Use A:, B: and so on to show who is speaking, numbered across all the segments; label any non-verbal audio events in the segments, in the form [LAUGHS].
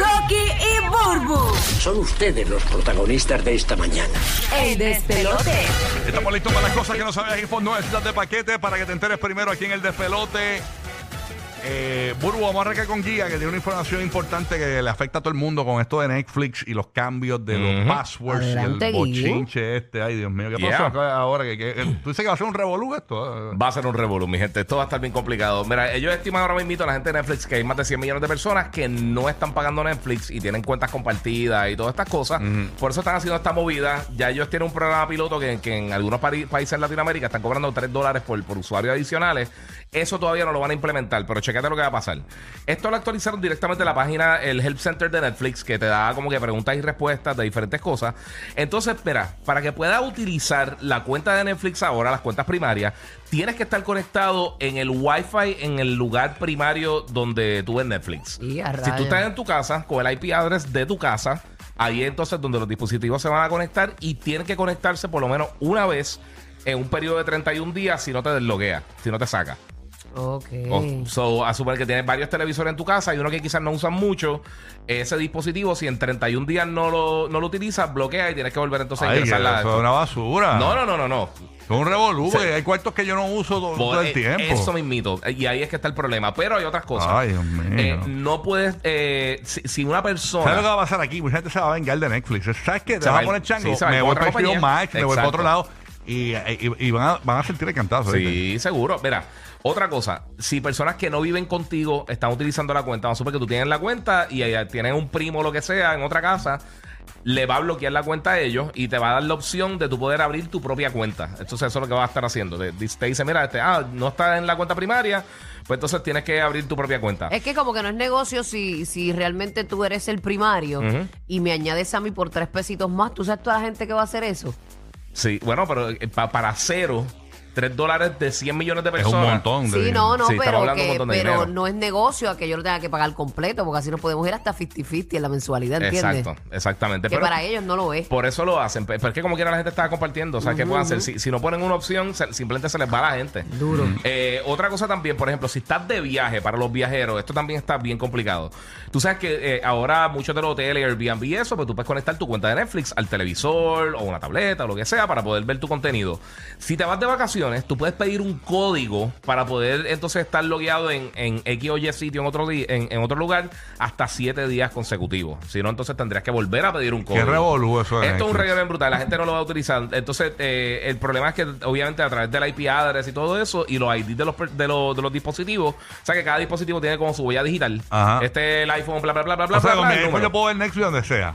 A: Rocky y Burbu,
B: Son ustedes los protagonistas de esta mañana.
A: el despelote.
C: Estamos listos para las cosas que no sabías. Info necesitas de paquete para que te enteres primero aquí en el despelote. Eh, Burbu, vamos a arrancar con Guía, que tiene una información importante que le afecta a todo el mundo con esto de Netflix y los cambios de los passwords
A: Adelante,
C: y el
A: Guía.
C: bochinche este. Ay, Dios mío, ¿qué
D: Yeah.
C: pasó acá ahora? que que- Tú dices que va a ser un revolú esto. eh?
D: Va a ser un revolú, mi gente. Esto va a estar bien complicado. Mira, ellos estiman ahora mismo a la gente de Netflix que hay más de 100 millones de personas que no están pagando Netflix y tienen cuentas compartidas y todas estas cosas. Por eso están haciendo esta movida. Ya ellos tienen un programa piloto que, que en algunos pari- países de Latinoamérica están cobrando 3 dólares por, por usuarios adicionales. Eso todavía no lo van a implementar, pero checate lo que va a pasar. Esto lo actualizaron directamente en la página, el Help Center de Netflix, que te da como que preguntas y respuestas de diferentes cosas. Entonces, mira, para que puedas utilizar la cuenta de Netflix ahora, las cuentas primarias, tienes que estar conectado en el Wi-Fi en el lugar primario donde tú ves Netflix.
A: Y a
D: si
A: rayos.
D: tú estás en tu casa, con el IP address de tu casa, ahí entonces donde los dispositivos se van a conectar y tienen que conectarse por lo menos una vez en un periodo de 31 días si no te desloguea, si no te saca.
A: Ok.
C: Mm.
D: O- so, a suponer que tienes varios televisores en tu casa y uno que quizás no usan mucho, ese dispositivo, si en 31 días no lo, no lo utilizas, bloquea y tienes que volver entonces a
C: Ay, que
D: ingresar la.
C: eso es una basura.
D: No, no, no, no, no.
C: Es un revolú,
D: Sí.
C: porque hay cuartos que yo no uso todo, todo
D: Eh,
C: el tiempo.
D: Eso mismito. Y ahí es que está el problema. Pero hay otras cosas.
C: Ay, Dios mío.
D: Eh, no puedes. eh, si, si una
C: ¿Sabes lo que
D: persona.
C: va a pasar aquí? Mucha gente se va a vengar de Netflix. ¿Sabes qué? Te
D: Se
C: vas
D: va
C: a
D: a-
C: poner chango.
D: sí, se va a
C: me
D: ir
C: voy
D: con
C: para
D: otra
C: HBO
D: compañía.
C: Max, me voy para otro lado.
D: Exacto.
C: Y, y- y van, a, van a sentir el cantazo. ¿viste?
D: Sí, seguro. Mira, otra cosa. Si personas que no viven contigo están utilizando la cuenta, vamos a suponer que tú tienes la cuenta y eh, tienes un primo o lo que sea en otra casa, le va a bloquear la cuenta a ellos y te va a dar la opción de tú poder abrir tu propia cuenta. Entonces, eso es lo que va a estar haciendo. Te, te dice, mira, este, ah, no está en la cuenta primaria, pues entonces tienes que abrir tu propia cuenta.
E: Es que como que no es negocio si, si realmente tú eres el primario y me añades a mí por tres pesitos más. ¿Tú sabes toda la gente que va a hacer eso?
D: Sí, bueno, pero eh, pa- para cero, 3 dólares de 100 millones de
C: Es un
D: personas.
C: montón. de
E: Sí,
C: dinero.
E: no, no,
D: Sí, estamos
E: pero,
D: hablando un
E: que,
D: montón de
E: pero
D: dinero.
E: no es negocio a que yo lo tenga que pagar completo, porque así nos podemos ir hasta 50-50 en la mensualidad, ¿entiendes?
D: Exacto, exactamente.
E: Que
D: Pero-
E: para ellos no lo es.
D: Por eso lo hacen. pe- Pero es que como quiera la gente está compartiendo. O sea, ¿qué pueden hacer? Si, si no ponen una opción, se- simplemente se les va la gente.
E: Duro.
D: Eh, otra cosa también, por ejemplo, si estás de viaje para los viajeros, esto también está bien complicado. Tú sabes que eh, ahora muchos de los hoteles, Airbnb y eso, pues tú puedes conectar tu cuenta de Netflix al televisor o una tableta o lo que sea para poder ver tu contenido. Si te vas de vacaciones, tú puedes pedir un código para poder entonces estar logueado en, en X o Y sitio en otro, di- en, en otro lugar hasta siete días consecutivos. Si no, entonces tendrías que volver a pedir un
C: Qué
D: código.
C: revolú eso de
D: Esto es un
C: Netflix.
D: rayo bien brutal, la gente no lo va a utilizar. Entonces, eh, el problema es que obviamente a través del IP address y todo eso y los ID de los, per- de los, de los dispositivos, o sea que cada dispositivo tiene como su huella digital.
C: Ajá.
D: Este el iPhone, bla, bla, bla, bla,
C: O sea,
D: bla,
C: con
D: bla,
C: mi
D: el
C: iPhone
D: número.
C: yo puedo ver Netflix donde sea.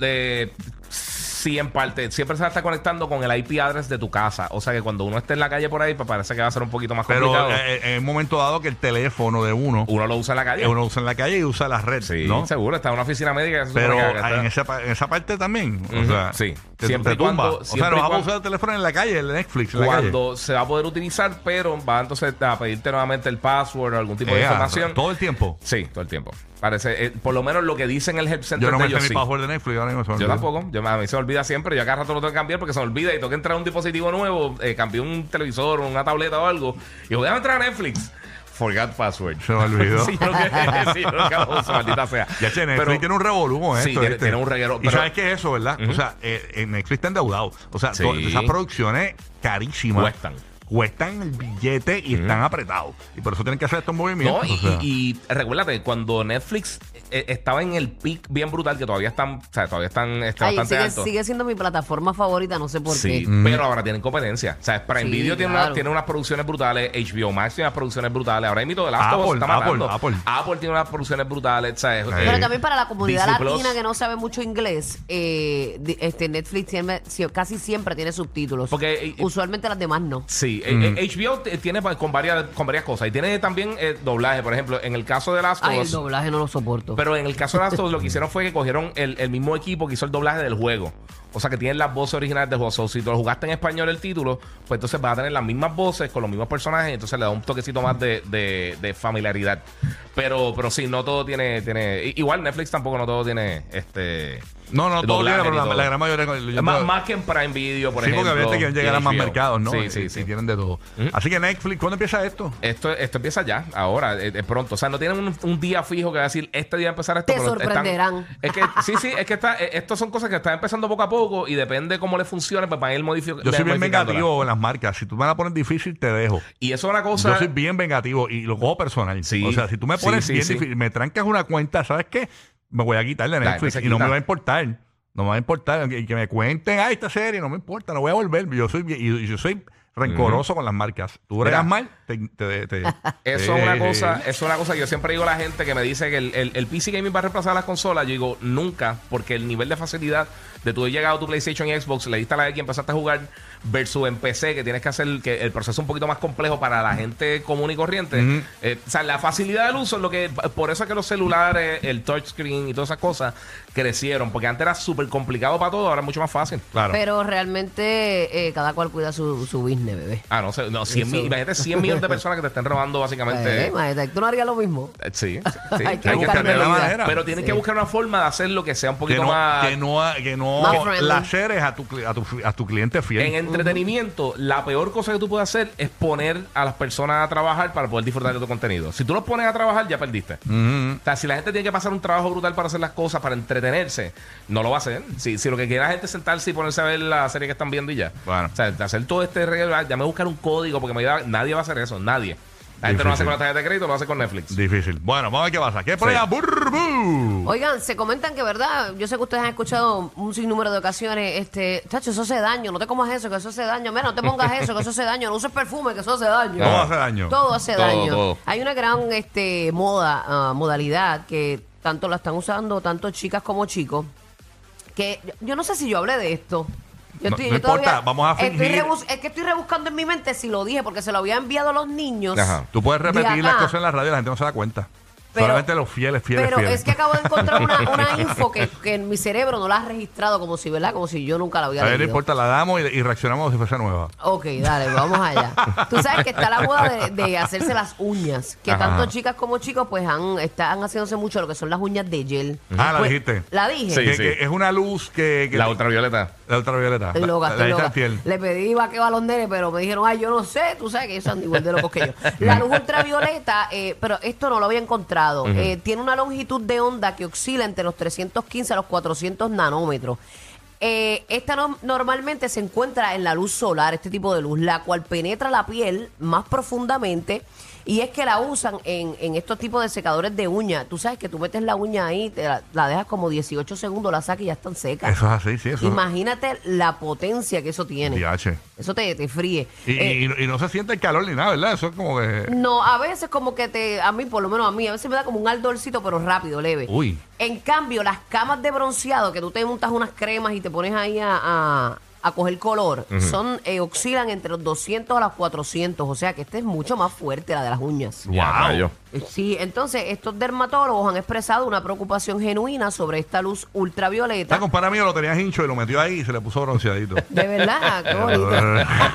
D: Eh, sí, en parte, siempre se está conectando con el IP address de tu casa. O sea que cuando uno esté en la calle por ahí, pues parece que va a ser un poquito más complicado.
C: Pero eh, en un momento dado que el teléfono de uno,
D: uno lo usa en la calle.
C: eh, uno usa en la calle y usa la red,
D: sí,
C: ¿no?
D: seguro, está en una oficina médica. eso se
C: Pero
D: supone que acá
C: en
D: está.
C: esa, pa- en esa parte también. O
D: Ujú,
C: sea,
D: sí.
C: te-
D: Siempre
C: te
D: y cuando-
C: tumba. o sea,
D: siempre
C: no
D: y
C: vamos a
D: cuando-
C: usar el teléfono en la calle, el Netflix en la calle.
D: cuando se va a poder utilizar, pero va entonces a pedirte nuevamente el password o algún tipo de
C: Ea,
D: información.
C: Eh, ah, Todo el tiempo.
D: Sí, todo el tiempo. Parece, eh, por lo menos lo que dicen el help center
C: Yo no
D: de
C: me
D: ellos,
C: sé mi
D: sí.
C: password de Netflix. Ahora mismo se me
D: Yo
C: olvidó.
D: tampoco, yo, a mí se me olvida siempre, yo a cada rato lo tengo que cambiar porque se me olvida y tengo que entrar a un dispositivo nuevo, eh, cambié un televisor, una tableta o algo, y voy a entrar a Netflix. Forgot password.
C: Se me olvidó.
D: [LAUGHS] sí, yo lo que, sí, yo lo que uso, maldita sea.
C: Ya che, Netflix
D: Pero-
C: tiene un revolumo
D: Sí,
C: esto.
D: tiene-
C: ¿viste?
D: tiene un reguero,
C: Y
D: pero-
C: sabes qué es eso, ¿verdad? O sea, eh, eh, Netflix está endeudado. O sea,
D: Sí.
C: todas esas producciones carísimas.
D: Cuestan.
C: Cuestan el billete y están apretados. Y por eso tienen que hacer estos movimientos.
D: No, y,
C: o sea.
D: y- y recuérdate, cuando Netflix eh, estaba en el peak bien brutal, que todavía están, o sea, todavía están este,
E: Ay,
D: bastante
E: sigue,
D: altos.
E: sigue siendo mi plataforma favorita, no sé por
D: Sí, eh,
E: qué.
C: Mm.
D: pero ahora tienen competencia. O sea, Prime
E: Sí,
D: Video tiene,
E: claro.
D: una- tiene unas producciones brutales, HBO Max tiene unas producciones brutales, ahora mismo The Last of Us
C: Apple,
D: está matando.
C: Apple, Apple.
D: tiene unas producciones brutales, o sea, es-
C: Pero
E: Pero
C: Eh,
E: también para la comunidad
D: Disney Plus.
E: latina que no sabe mucho inglés, eh, di- este Netflix siempre- si- casi siempre tiene subtítulos.
D: Porque, eh,
E: Usualmente las demás no.
D: Sí, eh,
C: Mm.
D: eh, HBO t- tiene pa- con varias, con varias cosas. Y tiene también eh, doblaje, por ejemplo, en el caso de Last of
E: Ay, Ah, el
D: Us,
E: doblaje no lo soporto.
D: Pero en el caso de Last of Us, lo que hicieron fue que cogieron el, el mismo equipo que hizo el doblaje del juego. O sea, que tienen las voces originales del juego. So, si tú lo jugaste en español el título, pues entonces vas a tener las mismas voces con los mismos personajes. Entonces le da un toquecito más de, de- de familiaridad. Pero, pero sí, no todo tiene, tiene. i- Igual Netflix tampoco no todo tiene este.
C: No, no, todo
D: doblaje
C: tiene,
D: ni
C: pero la,
D: todo.
C: la gran mayoría. yo-
D: más,
C: yo-
D: más que en Prime Video, por
C: sí,
D: ejemplo.
C: porque obviamente quieren llegar a
D: y
C: más
D: HBO.
C: mercados, ¿no?
D: Sí, sí,
C: Y-
D: sí.
C: Y tienen de todo. Así que Netflix, ¿cuándo empieza esto?
D: Esto, esto empieza ya, ahora, eh, eh, pronto. O sea, no tienen un, un día fijo que va a decir, este día empezará esto.
E: Te
D: pero están-
E: sorprenderán.
D: es que, sí, sí, es que está, eh, estos son cosas que están empezando poco a poco y depende cómo le funcione, pues van a ir modificando.
C: Yo soy bien vengativo en las marcas. Si tú me la pones difícil, te dejo.
D: Y eso es una cosa...
C: Yo soy bien vengativo y lo cojo personal.
D: Sí.
C: O sea, si tú me pones
D: Sí, sí,
C: bien
D: sí.
C: difícil, me trancas una cuenta, ¿sabes qué? Me voy a quitar de
D: Dale,
C: Netflix
D: se
C: y no
D: quita.
C: me va a importar. No me va a importar. Y que me cuenten, ah, esta serie, no me importa, no voy a volver. Yo soy bien- y, y yo soy rencoroso con las marcas. Tú bregas
D: Mira.
C: mal, te. te- te-
D: Eso
C: te-
D: es una cosa, eso es una cosa que yo siempre digo a la gente que me dice que el, el, el PC gaming va a reemplazar las consolas. Yo digo, nunca, porque el nivel de facilidad de tú haber llegado a tu PlayStation y Xbox, le diste a la X y empezaste a jugar, versus en PC, que tienes que hacer que el proceso es un poquito más complejo para la gente común y corriente. Eh, o sea, la facilidad del uso es lo que. Por eso es que los celulares, el touchscreen y todas esas cosas crecieron, porque antes era súper complicado para todo, ahora es mucho más fácil.
C: Claro.
E: Pero realmente eh, cada cual cuida su, su business, bebé.
D: Ah, no sé, no, 100 mil,
E: Eso.
D: imagínate 100 millones de personas que te estén robando básicamente.
E: Eh, imagínate, ¿Tú no harías lo mismo?
D: Eh, Sí, sí.
E: [LAUGHS] Hay que
D: Hay que
E: buscar
D: tener la
E: una
D: manera.
C: manera.
D: Pero tienen
E: Sí.
D: que buscar una forma de hacerlo que sea un
C: que
D: poquito
C: no,
D: más.
C: que no, que no
E: Más friendly.
C: laceres a tu, cli- a, tu, a tu cliente fiel.
D: En entretenimiento, la peor cosa que tú puedes hacer es poner a las personas a trabajar para poder disfrutar de tu contenido. Si tú los pones a trabajar, ya perdiste. O sea, si la gente tiene que pasar un trabajo brutal para hacer las cosas, para entretenerse, no lo va a hacer. Si, si lo que quiere la gente es sentarse y ponerse a ver la serie que están viendo y ya.
C: Bueno.
D: O sea, de hacer todo este regalo, ya me buscar un código porque me da- nadie va a hacer eso, nadie. La gente no lo
C: Difícil.
D: hace con la tarjeta de crédito, lo hace con Netflix.
C: Difícil. Bueno, vamos a ver qué pasa. ¿Qué por allá? Burr,
D: Mm.
C: bu.
E: Oigan, se comentan que, ¿verdad? Yo sé que ustedes han escuchado un sinnúmero de ocasiones, este, chacho, eso hace daño, no te comas eso, que eso hace daño, mira, no te pongas eso, que eso hace daño, no uses perfume, que eso hace daño.
C: Todo hace daño.
E: Todo hace
D: Todo,
E: daño.
D: todo.
E: Hay una gran este, moda, ah, modalidad que tanto la están usando, tanto chicas como chicos, que yo no sé si yo hablé de esto. Yo
C: No- no importa, vamos a
E: estoy
C: fingir.
E: rebus- es que estoy rebuscando en mi mente si lo dije, porque se lo había enviado a los niños.
D: Ajá.
C: Tú puedes
E: de
C: repetir las
E: acá.
C: cosas en la radio y la gente no se da cuenta.
E: Ah. Pero-
C: Solamente los fieles, fieles,
E: Pero
C: fieles.
E: es que acabo de
C: [LAUGHS]
E: encontrar una, una info que, que en mi cerebro no la has registrado como si, ¿verdad? Como si yo nunca la
C: a
E: hubiera
C: ver, no
E: leído.
C: importa, la damos y, y reaccionamos como si fuese nueva.
E: Ok, dale, pues vamos allá. Tú sabes que está la moda de, de hacerse las uñas, que
C: Ajá.
E: tanto chicas como chicos pues han están haciéndose mucho lo que son las uñas de gel.
C: Ah, la
E: Pues,
C: dijiste.
E: La dije.
D: Sí,
C: que,
D: sí.
C: que es una luz que. que
D: La ultravioleta.
C: la ultravioleta.
E: Estoy loca,
C: la,
E: estoy
C: la
E: loca.
C: esta piel.
E: Le pedí va que va a los nenes, pero me dijeron, ay, yo no sé, tú sabes que ellos son igual de locos que yo. La luz ultravioleta, eh, pero esto no lo había encontrado, eh, tiene una longitud de onda que oscila entre los 315 a los 400 nanómetros. Eh, esta no- normalmente se encuentra en la luz solar, este tipo de luz, la cual penetra la piel más profundamente y es que la usan en, en estos tipos de secadores de uña. Tú sabes que tú metes la uña ahí, te la, la dejas como 18 segundos, la sacas y ya están secas.
C: Eso es así, sí, eso.
E: Imagínate la potencia que eso tiene.
C: DH.
E: Eso te, te fríe.
C: Y, y-
E: Eh,
C: y- y no se siente el calor ni nada, ¿verdad? Eso es como que.
E: no, a veces como que te, a mí, por lo menos a mí, a veces me da como un ardorcito, pero rápido, leve.
C: Uy.
E: En cambio, las camas de bronceado, que tú te montas unas cremas y te pones ahí a, a- a coger color, son eh, oscilan entre los 200 a los 400, o sea que este es mucho más fuerte, la de las uñas. Eh,
D: Ya, rayo.
E: Sí, entonces estos dermatólogos han expresado una preocupación genuina sobre esta luz ultravioleta.
C: La compadre mío lo tenía hincho y lo metió ahí y se le puso bronceadito.
E: [LAUGHS]
C: [LAUGHS]
E: De verdad, qué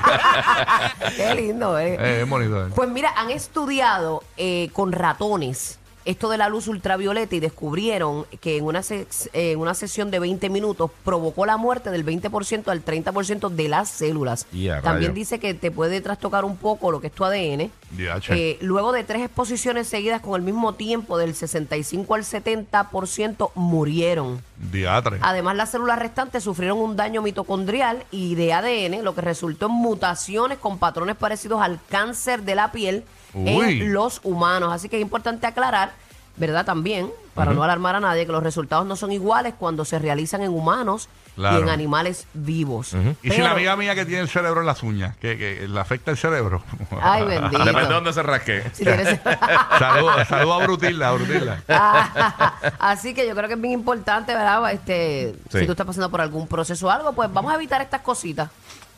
E: bonito. qué lindo, eh.
C: Eh, [LAUGHS] es bonito. eh.
E: Pues mira, han estudiado eh, con ratones esto de la luz ultravioleta y descubrieron que en una, sex- eh, en una sesión de 20 minutos provocó la muerte del 20% al 30% de las células.
D: Y a
E: También
D: rayo.
E: dice que te puede trastocar un poco lo que es tu ADN.
C: Diache.
E: Eh, luego de tres exposiciones seguidas con el mismo tiempo, del 65 al 70% murieron.
C: Diatre.
E: Además, las células restantes sufrieron un daño mitocondrial y de ADN, lo que resultó en mutaciones con patrones parecidos al cáncer de la piel
C: Uy.
E: en los humanos. Así que es importante aclarar, ¿verdad? También, para no alarmar a nadie, que los resultados no son iguales cuando se realizan en humanos y
C: Claro.
E: en animales vivos.
C: Y si la
E: Pero-
C: amiga mía que tiene el cerebro en las uñas, que, que le afecta el cerebro.
E: Ay,
C: [LAUGHS]
E: bendito.
D: Depende de dónde se rasque.
E: [LAUGHS] Si tienes- [LAUGHS]
C: Saludos saludo a Brutilda, a Brutilda.
E: Así que yo creo que es bien importante, ¿verdad? Este,
D: Sí.
E: Si tú estás pasando por algún proceso o algo, pues vamos a evitar estas cositas.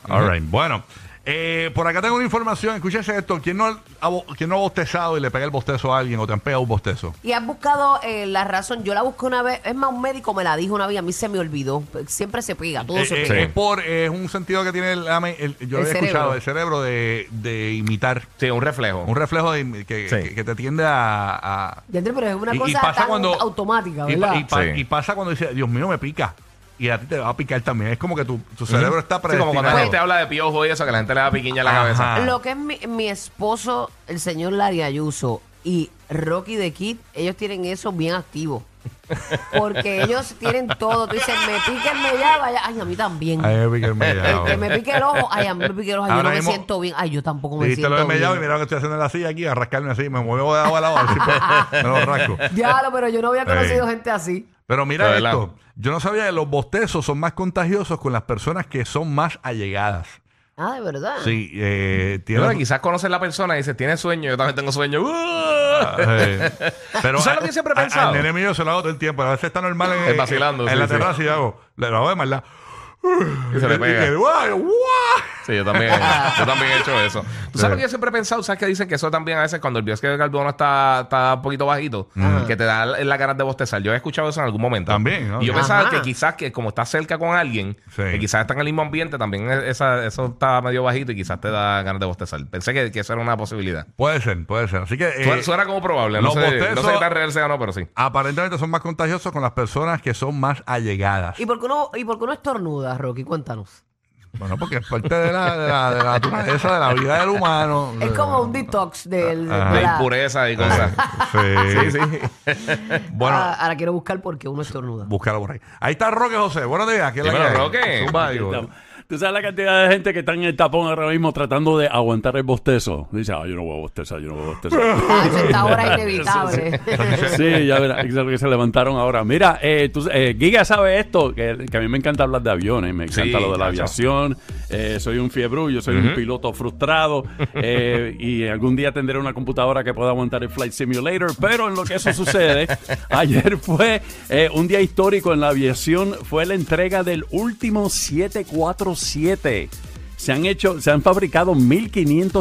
C: All right. Bueno, Eh, por acá tengo una información, escúchense esto. ¿Quién no, ha bo- quién no ha bostezado y le pega el bostezo a alguien o te han pegado un bostezo?
E: Y has buscado eh, la razón. Yo la busqué una vez. Es más, un médico me la dijo una vez. A mí se me olvidó. Siempre se pega. Todo
C: Eh,
E: se
C: eh,
E: pega.
C: Es por eh, es un sentido que tiene el, ame- el- yo
E: El
C: había escuchado
E: cerebro.
C: el cerebro de, de imitar
D: Sí, un reflejo.
C: un reflejo de- que,
D: Sí.
C: que- que te tiende a, a-
E: Ya entré, pero es una cosa tan automática,
C: y
E: ¿verdad?
C: pa- y, pa-
D: Sí.
C: y pasa cuando dice Dios mío me pica y a ti te va a picar también es como que tu, tu cerebro está
D: Sí, como
C: predestinado
D: cuando la gente habla de piojo y eso, que la gente le da piquiña a la
C: Ajá.
D: cabeza.
E: Lo que es mi, mi esposo, el señor Larry Ayuso y Rocky de Kid, ellos tienen eso bien activo.
C: [LAUGHS]
E: Porque ellos tienen todo. Tú dices, me pique el mellado. ay, Ay, a mí también.
C: Ay, me pica el
E: El
C: mellado.
E: que me pique el ojo. Ay, a mí me pique el ojo. ay, yo
C: Ahora
E: no me
C: mismo-
E: siento bien. Ay, yo tampoco me
C: Dijiste
E: siento
C: lo de mellado y
E: bien.
C: mira lo que estoy haciendo en la silla aquí, a rascarme así, me muevo de lado a lado, así
D: [LAUGHS]
C: pues, me lo rasco.
E: Diablo, pero yo no
C: [LAUGHS]
E: había conocido
C: Ey.
E: gente así.
C: Pero mira
D: De verdad.
C: esto, yo no sabía que los bostezos son más contagiosos con las personas que son más allegadas.
E: Ah, de verdad.
C: Sí, eh,
D: Yo
C: tiene
D: creo que quizás conoces la persona y dices, tiene sueño, yo también tengo sueño. ¡Uh!
C: Eh, pero
D: ¿Tú sabes lo que yo siempre he
C: a-
D: pensado?
C: Al nene mío se lo hago todo el tiempo. A veces está normal en,
D: Eh, vacilando,
C: en
D: sí,
C: la
D: sí.
C: terraza y yo hago. Le lo hago de maldad. [LAUGHS]
D: Y se le pega.
C: que, uh. "Guau, guau".
D: Sí, yo también, yo también he hecho eso. ¿Tú sabes lo que yo siempre he pensado? ¿Sabes que dicen que eso también a veces cuando el dióxido de carbono está, está un poquito bajito, que te da la la ganas de bostezar? Yo he escuchado eso en algún momento.
C: También, ¿no?
D: Y yo
C: Ajá.
D: pensaba que quizás que como estás cerca con alguien,
C: Sí.
D: que quizás está en el mismo ambiente, también es- esa- eso está medio bajito y quizás te da ganas de bostezar. Pensé que, que eso era una posibilidad.
C: Puede ser, puede ser. Así que eh,
D: Suena- Suena como probable.
C: los
D: No sé, no
C: bostezos-
D: sé qué tan real sea o no, pero sí.
C: aparentemente son más contagiosos con las personas que son más allegadas.
E: ¿Y por, qué uno, ¿Y por qué uno estornuda, Rocky? Cuéntanos.
C: Bueno, porque es parte de la, de la, de la naturaleza, de la vida del humano.
F: Mm.
E: Es como un detox del...
C: Ajá.
D: De
E: de la-
D: impureza y cosas.
C: Ah. Sí, sí. Bueno,
E: Ah, ahora quiero buscar por qué uno estornuda.
C: búscalo por ahí. Ahí está Roque José. Buenos días. ¿Qué es la
D: [LAUGHS] Dímelo,
C: que hay?
D: Roque.
C: Zumba, digo.
F: Tú sabes la cantidad de gente que está en el tapón ahora mismo tratando de aguantar el bostezo. Dice, ah, yo no voy a bostezar, yo no voy a bostezar.
E: [LAUGHS] Ah, eso está
F: [LAUGHS]
E: ahora inevitable.
F: Sí, ya verás, es algo que se levantaron ahora. Mira, eh, tú- eh, Giga sabe esto, que, que a mí me encanta hablar de aviones, me encanta
D: Sí,
F: lo de la
D: chacho.
F: aviación, eh, soy un fiebrú, yo soy un piloto frustrado eh, y algún día tendré una computadora que pueda aguantar el Flight Simulator, pero en lo que eso sucede, ayer fue eh, un día histórico en la aviación, fue la entrega del último 747. Se han hecho, se han fabricado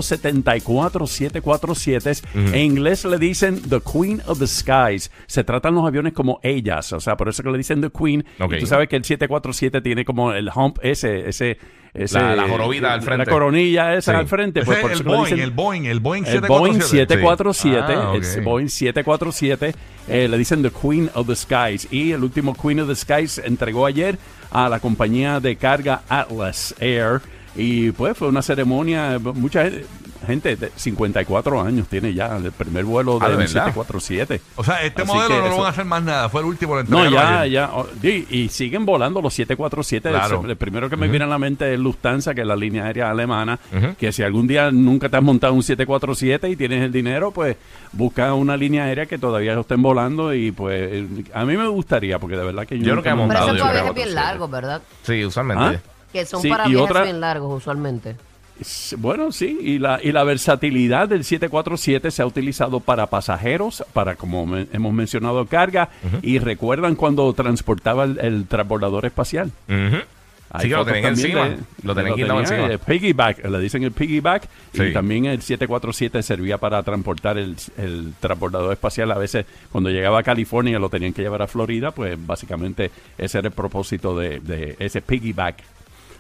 F: 1574 747s. En inglés le dicen The Queen of the Skies. Se tratan los aviones como ellas, o sea, por eso que le dicen The Queen.
D: Ok.
F: Y tú sabes que el 747 tiene como el hump ese, ese, ese
D: La- la jorobita al frente.
F: La coronilla esa
D: Sí.
F: al frente.
C: Ese
F: Pues
C: es
F: por
C: el
F: eso que le
C: Boeing,
F: dicen-
C: el Boeing, el Boeing
F: el Boeing
C: 747.
F: 747,
C: Sí. Ah, ok.
F: el Boeing 747, eh, le dicen The Queen of the Skies. Y el último Queen of the Skies entregó ayer a la compañía de carga Atlas Air. Y pues fue una ceremonia, eh, mucha gente- gente, de 54 años tiene ya, el primer vuelo
D: Ah, ¿de
F: del
D: verdad?
F: 747.
C: O sea, este
F: Así
C: modelo no
F: que
C: lo
F: eso-
C: van a hacer más nada. Fue el último. lo
F: no,
C: entregaron
F: ya,
C: ayer.
F: ya. oh, Y, y siguen volando los 747.
C: Claro.
F: El, el primero que me viene a la mente es Lufthansa, que es la línea aérea alemana. Que si algún día nunca te has montado un 747 y tienes el dinero, pues busca una línea aérea que todavía lo estén volando. Y pues eh, a mí me gustaría, porque de verdad que yo,
D: Yo
F: nunca
D: nunca he
F: me- [LAUGHS]
E: Pero
D: montado.
E: eso
D: yo
E: todavía
D: creo,
E: es bien
D: otro
E: largo, ¿verdad?
D: Sí, usualmente.
F: ¿Ah?
E: Que son
F: Sí,
E: para
F: y
E: viajes
F: otra-
E: bien largos usualmente.
F: S- Bueno, sí, y la, y la versatilidad del 747 se ha utilizado para pasajeros, para, como men- hemos mencionado, carga, y recuerdan cuando transportaba el, el transbordador espacial.
D: Ujú. Sí, que lo
F: fotos
D: tenían
F: también
D: encima. Lo tenían quitado encima.
F: el eh, piggyback, le dicen el piggyback.
D: Sí.
F: Y también el 747 servía para transportar el, el transbordador espacial. A veces, cuando llegaba a California, lo tenían que llevar a Florida. Pues básicamente, ese era el propósito de, de ese piggyback.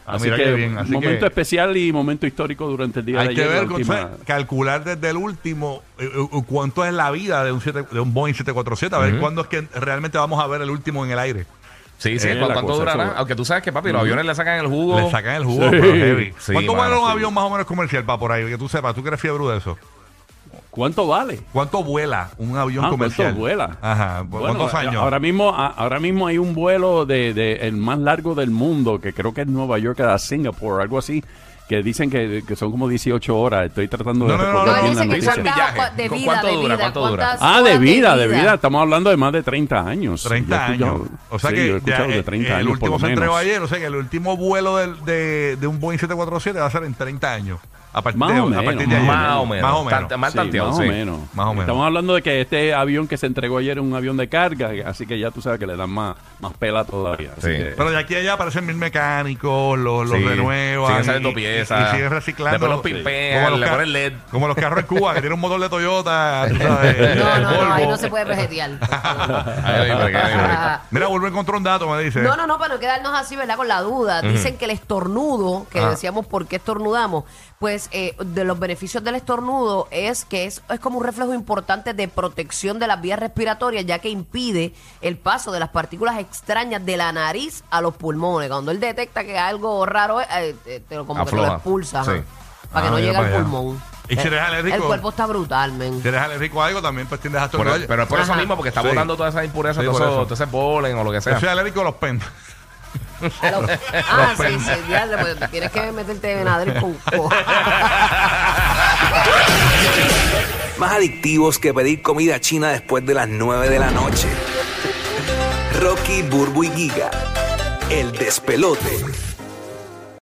C: Ah,
F: Así
C: mira
F: que,
C: qué bien, así
F: momento
C: que-
F: especial y momento histórico durante el día de
C: Hay que
F: ayer. la
C: ver,
F: última-
C: o sea, calcular desde el último eh, eh, cuánto es la vida de un, siete- de un Boeing 747, a ver cuándo es que realmente vamos a ver el último en el aire.
D: Sí, sí,
C: Eh,
F: Es
D: ¿cu-
F: la
D: ¿cuánto
F: cosa,
D: durará?
F: eso.
D: Aunque tú sabes que, papi, los aviones le sacan el jugo.
C: Mm. Le sacan el jugo,
F: Sí.
C: pero heavy.
D: Sí,
C: ¿Cuánto
D: mano,
C: vale un
D: sí.
C: avión más o menos comercial, para por ahí? Que tú sepas, tú que eres fiebre de eso.
F: ¿Cuánto vale?
C: ¿Cuánto vuela un avión
F: Ah,
C: comercial?
F: ¿cuánto vuela?
C: Ajá, ¿cu-
F: Bueno, eh,
C: ¿cuántos años?
F: Ahora mismo, a- ahora mismo hay un vuelo de, de el más largo del mundo, que creo que es Nueva York a Singapur, algo así, que dicen que, que son como 18 horas. Estoy tratando de
C: No, no, no,
F: recordar
C: no,
F: bien
C: dice
F: la
C: que
F: noticia.
D: cuánta- millaje.
E: cua- de
D: ¿Cu-
E: vida,
D: cuánto
E: de
D: dura,
E: vida.
D: cuánto dura?
E: ¿Cuántas
F: Ah, de
E: horas
F: vida, de vida. Estamos hablando de más de 30 años.
C: 30
F: Yo he escuchado-
C: años. O sea
F: sí,
C: que
F: yo he escuchado
C: ya,
F: de
C: eh,
F: 30
C: el
F: años por
C: último
F: lo
C: se entregó
F: menos.
C: ayer, o sea que el último vuelo del- de, de un Boeing 747 va a ser en 30 años. A partir
F: Más
C: de,
F: o
C: a
F: menos,
C: partir de ayer.
D: Más o menos.
C: Más o menos.
D: Tan- mal
F: Sí,
D: tanteado,
F: más
D: sí. [LAUGHS]
F: o menos.
C: Más o menos.
F: Estamos hablando de que este avión que se entregó ayer es un avión de carga, así que ya tú sabes que le dan más, más pela todavía. así
D: Sí.
F: que-
C: Pero de aquí a allá aparecen mil mecánicos, los, los
D: Sí.
C: renuevan.
D: Siguen saliendo
C: y- y-
D: piezas.
C: Y, siguen reciclando.
D: Después los
C: Sí.
D: pimpean,
C: Como
D: le
C: ca-
D: ponen LED.
C: Como los carros en Cuba, que tienen un motor de Toyota.
E: [LAUGHS]
C: tú sabes,
F: [LAUGHS]
E: No, no, no, ahí
C: Volvo.
E: no se puede vegetear.
D: Ay, ay, porque-
E: Ajá.
C: [LAUGHS] Mira, vuelvo a encontrar un dato, me dice.
E: No, no, no, para no quedarnos así, ¿verdad? Con la duda. Dicen que el estornudo, que
C: Ah.
E: decíamos por qué estornudamos, pues eh, de los beneficios del estornudo es que es, es como un reflejo importante de protección de las vías respiratorias, ya que impide el paso de las partículas extrañas de la nariz a los pulmones. Cuando él detecta que algo raro es, eh, eh, te lo, como que te
D: Afloja.
E: lo expulsa, ajá,
D: Sí.
E: para
C: Ah,
E: que no
C: mira
E: llegue
C: para
E: al
C: allá.
E: pulmón.
C: ¿Y si eres
E: Eh,
C: alérgico?
E: El cuerpo está
C: [LAUGHS]
E: brutal, men.
C: Si eres alérgico a algo, también pues tiendes a
D: Por- e-
C: estornudar.
D: pero es por eso
E: Ajá.
D: mismo, porque está
C: Sí.
D: botando todas esas impurezas,
C: Sí,
D: todo,
C: por
D: eso-
C: eso.
D: todo ese polen o lo que sea.
C: Yo
D: [LAUGHS]
C: soy alérgico a los pendos.
E: Lo- ah, sí, sí, diablo, pues, tienes que meterte Benadryl con...
C: [LAUGHS]
G: Más adictivos que pedir comida china después de las 9 de la noche. Rocky, Burbu y Giga. El despelote.